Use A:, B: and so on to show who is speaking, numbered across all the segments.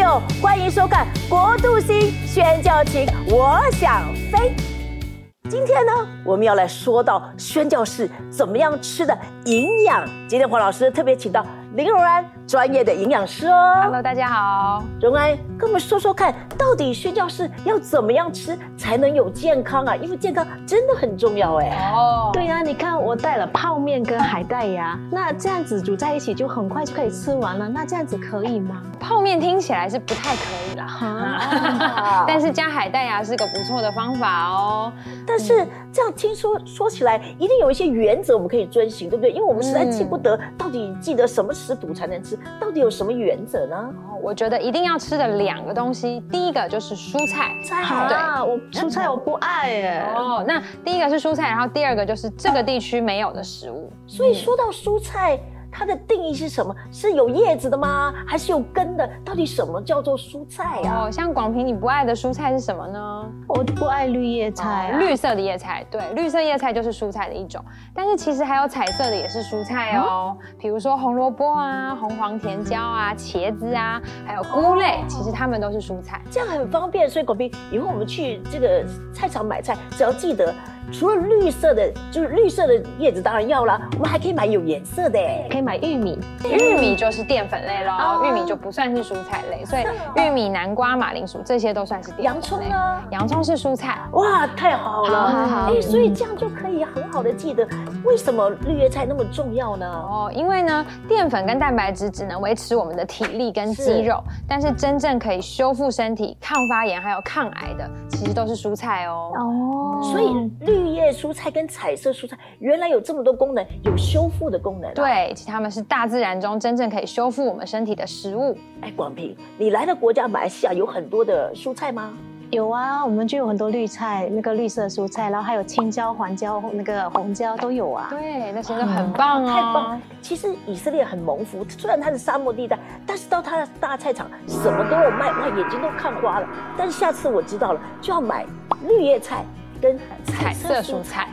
A: 友，欢迎收看《国度星宣教情》，我想飞。今天呢，我们要来说到宣教士怎么样吃的营养。今天黄老师特别请到林荣安专业的营养师哦。
B: Hello，大家好。
A: 荣安，跟我们说说看，到底宣教士要怎么样吃才能有健康啊？因为健康真的很重要哎。
B: 哦，
C: 对呀、你看我带了泡面跟海带呀，那这样子煮在一起就很快就可以吃完了，那这样子可以吗？
B: 泡面听起来是不太可以啦，
A: 啊
B: 但是加海带芽是个不错的方法哦。
A: 但
C: 嗯
A: 是这样听说说起来，一定有一些原则我们可以遵循，对不对？因为我们实在记不得到底记得什么食谱才能吃，到底有什么原则呢？
B: 哦我觉得一定要吃的两个东西，第一个就是蔬菜。
A: 菜
C: 啊，我蔬菜我不爱耶。
B: 哦，那第一个是蔬菜，然后第二个就是这个地区没有的食物。
A: 所以说到蔬菜，它的定义是什么？是有叶子的吗？还是有根的？到底什么叫做蔬菜啊？
B: 哦，像广平你不爱的蔬菜是什么呢？
C: 我不爱绿叶菜、
B: 哦
C: 啊
B: 绿色的叶菜，对，绿色叶菜就是蔬菜的一种，但是其实还有彩色的也是蔬菜哦，比如说红萝卜啊、红黄甜椒啊、茄子啊，还有菇类，其实它们都是蔬菜。
A: 这样很方便，所以狗斌，以后我们去这个菜场买菜，只要记得，除了绿色的，就是绿色的叶子当然要啦，我们还可以买有颜色的哎。
C: 可以买玉米，
B: 玉米就是淀粉类
A: 嗯哦
B: 喽，玉米就不算是蔬菜类，所以玉米、南瓜、马铃薯这些都算是淀
A: 洋
B: 粉
A: 葱
B: 类。
A: 呢？
B: 洋葱是蔬菜。
A: 哇，太好了！
B: 好好好嗯
A: 哎，所以这样就可以很好的记得为什么绿叶菜那么重要呢？
B: 哦，因为呢，淀粉跟蛋白质只能维持我们的体力跟肌肉，但是真正可以修复身体、抗发炎还有抗癌的，其实都是蔬菜哦。
C: 哦
A: 所以绿叶蔬菜跟彩色蔬菜原来有这么多功能，有修复的功能、，啊
B: 对，其实它们是大自然中真正可以修复我们身体的食物。
A: 哎，广平，你来的国家马来西亚有很多的蔬菜吗？
C: 有啊，我们就有很多绿菜，那个绿色蔬菜，然后还有青椒、黄椒、那个红椒都有啊。
B: 对，那些都很棒哦。
A: 太棒！其实以色列很蒙福，虽然它是沙漠地带，但是到它的大菜场什么都有卖，哇，眼睛都看花了。但是下次我知道了，就要买绿叶菜跟彩
B: 彩
A: 色
B: 色
A: 蔬
B: 蔬
A: 菜
B: 菜。。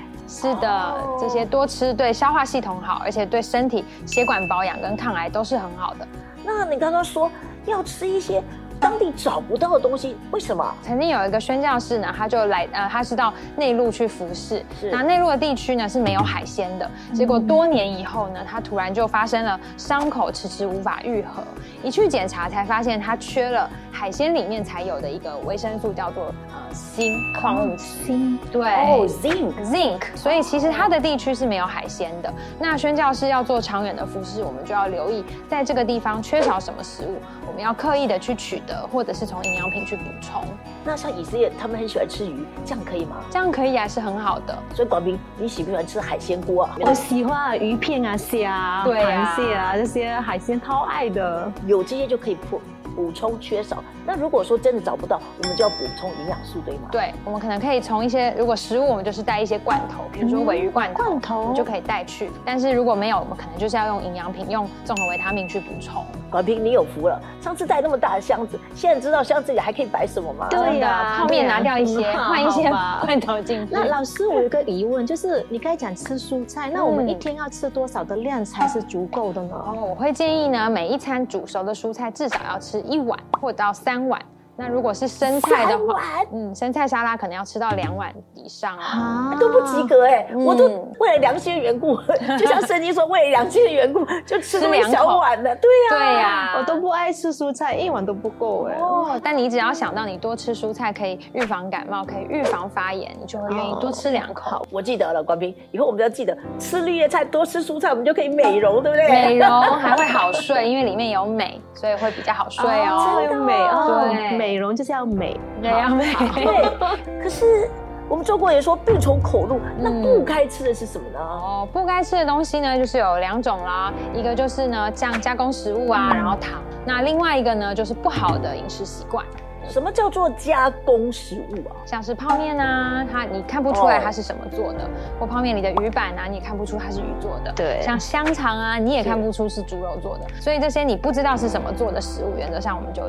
B: 是的，
A: 哦
B: 这些多吃对消化系统好，而且对身体血管保养跟抗癌都是很好的。
A: 那你刚刚说要吃一些当地找不到的东西，为什么？
B: 曾经有一个宣教士呢，他就来呃，他是到内陆去服侍
A: 是，嗯
B: 那内陆的地区呢是没有海鲜的。结果多年以后呢，他突然就发生了伤口迟迟无法愈合，一去检查才发现他缺了海鲜里面才有的一个维生素，叫做呃锌矿物质。
C: 心
B: 对。
A: 哦，zinc，
B: zinc，所以其实它的地区是没有海鲜的。那宣教师要做长远的服饰，我们就要留意在这个地方缺少什么食物，我们要刻意的去取得，或者是从营养品去补充，
A: 那像以色列他们很喜欢吃鱼，这样可以吗？
B: 这样可以还是很好的。
A: 所以广平，你喜不喜欢吃海鲜锅啊？
C: 我喜欢啊鱼片啊、虾啊、
B: 对啊
C: 螃蟹啊这些海鲜，超爱的。
A: 有这些就可以补补充缺少。那如果说真的找不到，我们就要补充营养素，对吗？。
B: 对，我们可能可以从一些，如果食物我们就是带一些罐头，比如说尾鱼罐头，
C: 罐头
B: 我们就可以带去。但是如果没有，我们可能就是要用营养品，用综合维他命去补充。
A: 广平，你有福了，上次带那么大的箱子，现在知道箱子里还可以摆什么吗？
C: 对
B: 真的
C: 啊
B: 泡面
C: 对啊
B: 拿掉一些，
C: 嗯好
B: 换一些
C: 好吧
B: 罐头进去。
C: 那老师，我有个疑问，就是你刚才讲吃蔬菜，那我们一天要吃多少的量才是足够的呢？
B: 哦，我会建议呢，每一餐煮熟的蔬菜至少要吃一碗或到三碗。那如果是生菜的
A: 三
B: 话，
A: 碗
B: 嗯，生菜沙拉可能要吃到两碗以上啊。
C: 啊
A: 都不及格哎、
B: 嗯
A: 我都为了良心的缘故， 就像圣经说，为了良心的缘故，就吃那么一小碗的，对啊呀、
B: 对呀、
C: 哦我都不爱吃蔬菜，一碗都不够哎。
B: 哦，但你只要想到你多吃蔬菜可以预防感冒，可以预防发炎，你就会愿意多吃两口。
A: 我记得了，广平，以后我们要记得吃绿叶菜，多吃蔬菜，我们就可以美容，对不对？
B: 美容还会好睡，因为里面有美，所以会比较好睡哦。
C: 真的美哦
B: 对，
C: 美容就是要美。
B: 对呀，美。
A: 对， 可是我们中国也说病从口入，那
B: 嗯
A: 不该吃的是什么呢？
B: 哦，不该吃的东西呢，就是有两种啦，一个就是呢像加工食物啊，然后糖；那另外一个呢就是不好的饮食习惯，
A: 什么叫做加工食物啊？
B: 像是泡面啊，它你看不出来
A: 哦
B: 它是什么做的，或泡面里的鱼板啊，你也看不出它是鱼做的。
C: 对
B: 像香肠啊，你也看不出是猪肉做的，所以这些你不知道是什么做的食物，原则上我们就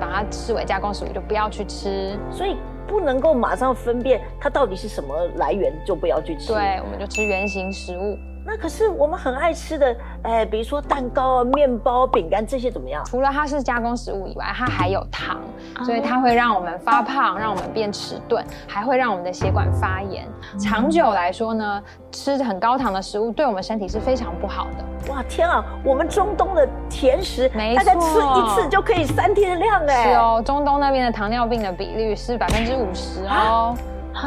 B: 把它视为加工食物，就不要去吃。
A: 所以不能够马上分辨它到底是什么来源，就不要去吃。
B: 对，我们就吃原形食物。
A: 那可是我们很爱吃的，哎，比如说蛋糕啊、面包、饼干这些怎么样？
B: 除了它是加工食物以外，它还有糖，所
C: 啊
B: 以它会让我们发胖，让我们变迟钝，还会让我们的血管发炎。
A: 嗯
B: 长久来说呢，吃很高糖的食物对我们身体是非常不好的。
A: 哇，天啊！我们中东的甜食，
B: 没
A: 大家吃
B: 错
A: 一次就可以三天的量哎，
B: 是哦，中东那边的糖尿病的比率是百分之五十哦。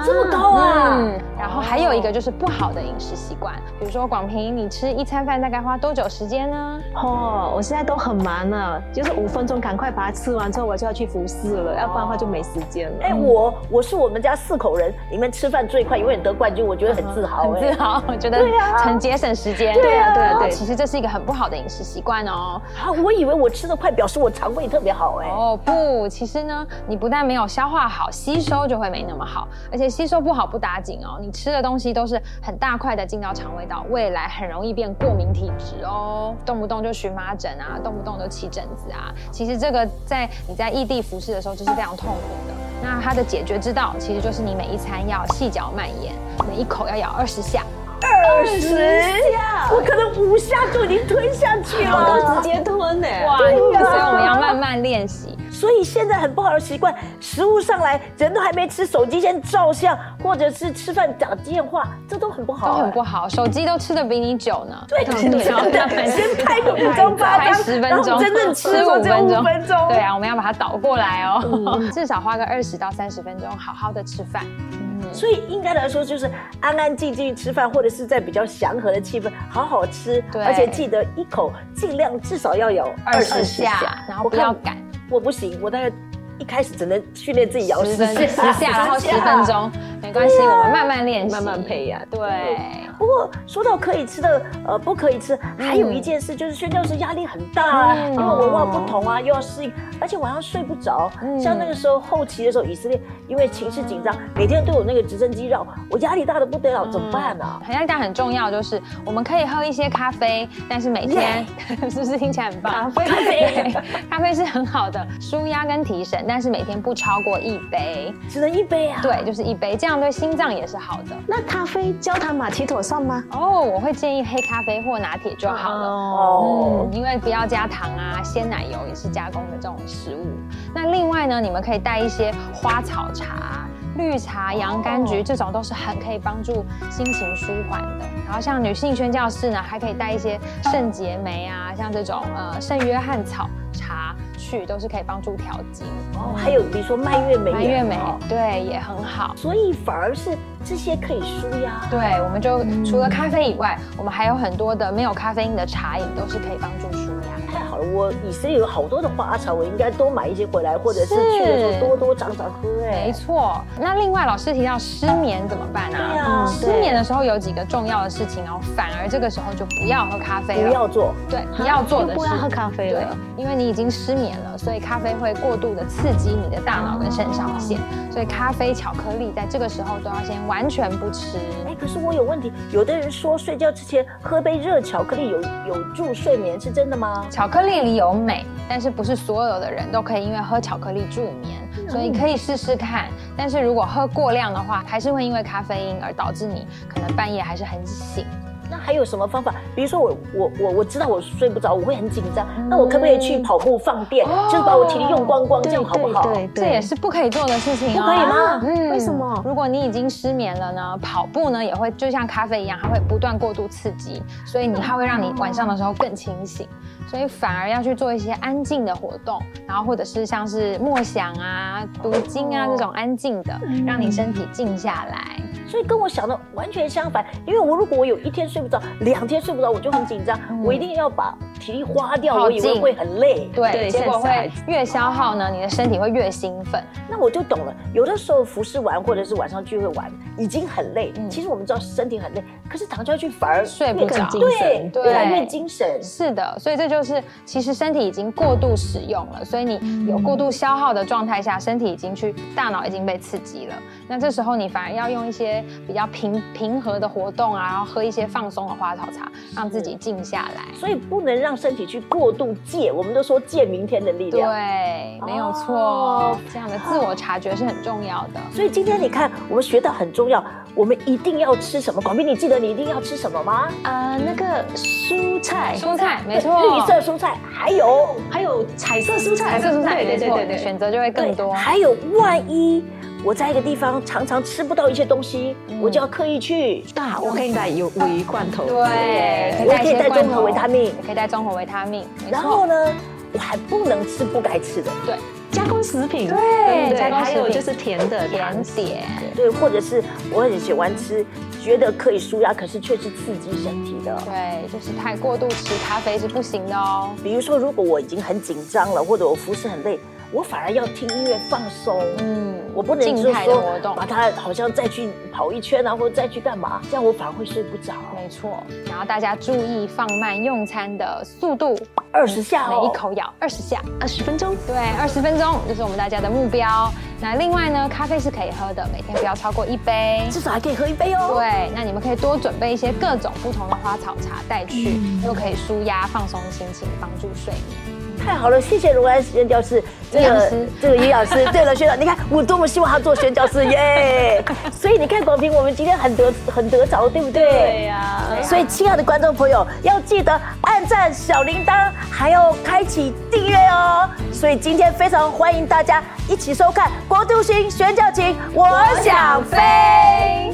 A: 这么高啊！
B: 嗯，然后还有一个就是不好的饮食习惯，比如说广平，你吃一餐饭大概花多久时间呢？
C: 哦，我现在都很忙了，就是五分钟赶快把它吃完之后，我就要去服侍了，要不然的话就没时间了。
A: 哎、我
B: 嗯
A: 我是我们家四口人里面吃饭最快，永远得冠军，我觉得很自豪、
B: 嗯很
A: 哎。
B: 自豪，我觉得
A: 对啊
B: 很节省时间。
C: 对啊对啊对
B: 其实这是一个很不好的饮食习惯哦。
A: 啊，我以为我吃的快，表示我肠胃特别好哎、
B: 哦不，其实呢，你不但没有消化好，吸收就会没那么好，而且吸收不好不打紧哦，你吃的东西都是很大块的进到肠胃道，未来很容易变过敏体质哦，动不动就荨麻疹啊，动不动就起疹子啊。其实这个在你在异地服侍的时候就是非常痛苦的。那它的解决之道其实就是你每一餐要细嚼慢咽，每一口要咬二十下。
A: 二十
B: 啊
A: 下，我可能五下就已经吞下去
C: 我都
A: 了
C: 直。接吞欸啊呢、
B: 哇，所以我们要慢慢练习。
A: 所以现在很不好的习惯，食物上来人都还没吃，手机先照相，或者是吃饭打电话，这都很不好、
B: 都很
A: 好。
B: 不好，手机都吃的比你久呢。
A: 对，真的
B: 对对
A: 先拍个五 张八
B: 才
A: 张，
B: 十
A: 然
B: 分
A: 后
B: 钟，
A: 真 正吃
B: 15
A: 过这五分钟。
B: 对啊，我们要把它倒过来哦， 至少花个二十到三十分钟，好好的吃饭。
A: 所以应该来说，就是安安静静吃饭，或者是在比较祥和的气氛，好好吃，
B: 对
A: 而且记得一口尽量至少要咬
B: 二十
A: 20
B: 下，然后不要赶，
A: 我不行，我大概一开始只能训练自己咬
B: 十
A: 10
B: 分十下， 然后十分。钟，没关系，我们慢慢练习，
C: 慢慢培养
B: 对，
A: 不过说到可以吃的，呃，不可以吃，还有一件事就是宣教师压力很大啊，
B: 嗯
A: 因为文化不同啊，又要适应，而且晚上睡不着。
B: 嗯
A: 像那个时候后期的时候，以色列因为情势紧张，每天都有那个直升机绕，我压力大的不得
B: 嗯
A: 了，怎么办呢、啊？
B: 很像一很重要，就是我们可以喝一些咖啡，但是每天 是不是听起来很棒？咖啡， 咖啡是很好的舒压跟提神，但是每天不超过一杯，
A: 只能一杯啊。
B: 对，就是一杯，这样对心脏也是好的。
C: 那咖啡焦糖玛奇朵算吗？
B: 哦，我会建议黑咖啡或拿铁就好了。
A: 哦
B: 嗯，，因为不要加糖啊，鲜奶油也是加工的这种食物。那另外呢，你们可以带一些花草茶、绿茶、洋甘菊，这种都是很可以帮助心情舒缓的。然后像女性宣教士呢，还可以带一些圣洁梅啊，像这种呃圣约翰草茶去，都是可以帮助调经。
A: 哦，还有比如说蔓越莓，
B: 蔓越莓
A: 哦
B: 对也很好。
A: 所以反而是这些可以舒压。
B: 对，我们就除了咖啡以外，我们还有很多的没有咖啡因的茶饮，都是可以帮助舒压。
A: 太好了，我以色列有好多的花茶，我应该多买一些回来，或者是去的时
B: 是
A: 候多多尝尝喝。哎
B: 没，错。那另外，老师提到失眠怎么办
A: 对
B: 啊？
A: 啊
B: 失眠的时候有几个重要的事情哦，反而这个时候就不要喝咖啡
A: 不
B: 了。
A: 要做。
B: 对，不要做的
C: 啊又不要喝
B: 事。
C: 咖啡
B: 对
C: 了。，
B: 因为你已经失眠了，所以咖啡会过度的刺激你的大脑跟肾上腺，所以咖啡、巧克力在这个时候都要先完全不吃。
A: 哎，可是我有问题，有的人说睡觉之前喝杯热巧克力有有助睡眠，是真的吗？
B: 巧克力里有镁，但是不是所有的人都可以因为喝巧克力助眠，所以可以试试看。但是如果喝过量的话，还是会因为咖啡因而导致你可能半夜还是很醒。
A: 那还有什么方法？比如说我我我我知道我睡不着，我会很紧张，那我可不可以去
B: 嗯
A: 跑步放电，
B: 哦
A: 就是把我体力用光光，这样好不好？
C: 对对对，
B: 这也是不可以做的事情、哦，
A: 不可以吗
B: 嗯
C: 为什么
B: 如果你已经失眠了呢？跑步呢也会就像咖啡一样，它会不断过度刺激，所以你它会让你晚上的时候更清醒，所以反而要去做一些安静的活动，然后或者是像是默想啊、读经啊、这种安静的，
C: 哦
B: 让你身体静下来。
A: 所以跟我想的完全相反，因为我如果我有一天睡不着，两天睡不着，我就很紧张，我一定要把体力花掉，
B: 嗯耗
A: 我以为
B: 尽
A: 会很累，
B: 对，
C: 对
B: 结果
C: 现在
B: 会越消耗呢，你的身体会越兴奋。
A: 那我就懂了。有的时候服侍完或者是晚上聚会完，已经很累，
B: 嗯
A: 其实我们知道身体很累，可是躺下去反而
B: 睡不
A: 越
B: 着
A: 对，
B: 对
A: 越来越精神。
B: 是的，所以这就是其实身体已经过度使用了，所以你有过度消耗的状态下，身体已经去大脑已经被刺激了。那这时候你反而要用一些比较平平和的活动啊，然后喝一些放松的花草茶，让自己静下来。
A: 所以不能让让身体去过度借，我们都说借明天的力
B: 对
A: 量。，
B: 没有错，
A: 哦
B: 这样的自我察觉是很重要的。
A: 所以今天你看，我们学到很重要，我们一定要吃什么？广斌，你记得你一定要吃什么吗？
C: 啊、那个蔬菜，
B: 蔬菜没 错，
A: 绿色蔬菜，还有
C: 还有彩色蔬
B: 嗯彩
C: 菜，
B: 色蔬菜
C: 对
B: 没
C: 对
B: 错，
C: 对
B: 你的
C: 对对。
B: 选择就会更多
A: 对。还有万一我在一个地方常常吃不到一些东西，
B: 嗯
A: 我就要刻意去。啊
C: 那我可以带有鲔鱼罐头，
B: 对，
A: 我可以
B: 一些
A: 带
B: 罐
A: 综合
B: 头
A: 维他命
B: 也可以带综合维他命，没
A: 然后
B: 错，
A: 呢，我还不能吃不该吃的，
C: 加工食品，
B: 对
C: 对不
B: 加
C: 对，
B: 工食品
C: 还有就是甜的
B: 甜
C: 糖
B: 点，
A: 对，或者是我很喜欢吃，觉得可以舒压，可是却是刺激身体的。
B: 对，就是太过度吃咖啡是不行的哦。
A: 比如说，如果我已经很紧张了，或者我服侍很累，我反而要听音乐放松。
B: 嗯，
A: 我不能
B: 静
A: 就是
B: 态的活
A: 说
B: 动
A: 把，它好像再去跑一圈啊，或者再去干嘛，这样我反而会睡不着。
B: 没错。然后大家注意放慢用餐的速度，
A: 二十下
B: 每
A: 哦，
B: 一口咬二十下，
C: 二啊十分钟。
B: 对，二十分钟这是我们大家的目标。那另外呢，咖啡是可以喝的，每天不要超过一杯。
A: 至少还可以喝一杯哦。
B: 对，那你们可以多准备一些各种不同的花草茶带去，
A: 嗯
B: 又可以舒压、放松心情，帮助睡眠。
A: 太好了，谢谢荣安宣教师，这
B: 营养
A: 个
B: 师
A: 这个营养师。对了， 学长，你看我多么希望他做宣教师耶！ 所以你看广平，我们今天很得很得着，对不对？
C: 呀
A: 所以，亲爱的观众朋友，要记得按赞小铃铛，还要开启订阅哦。所以今天非常欢迎大家一起收看《国度星宣教情》，我想飞。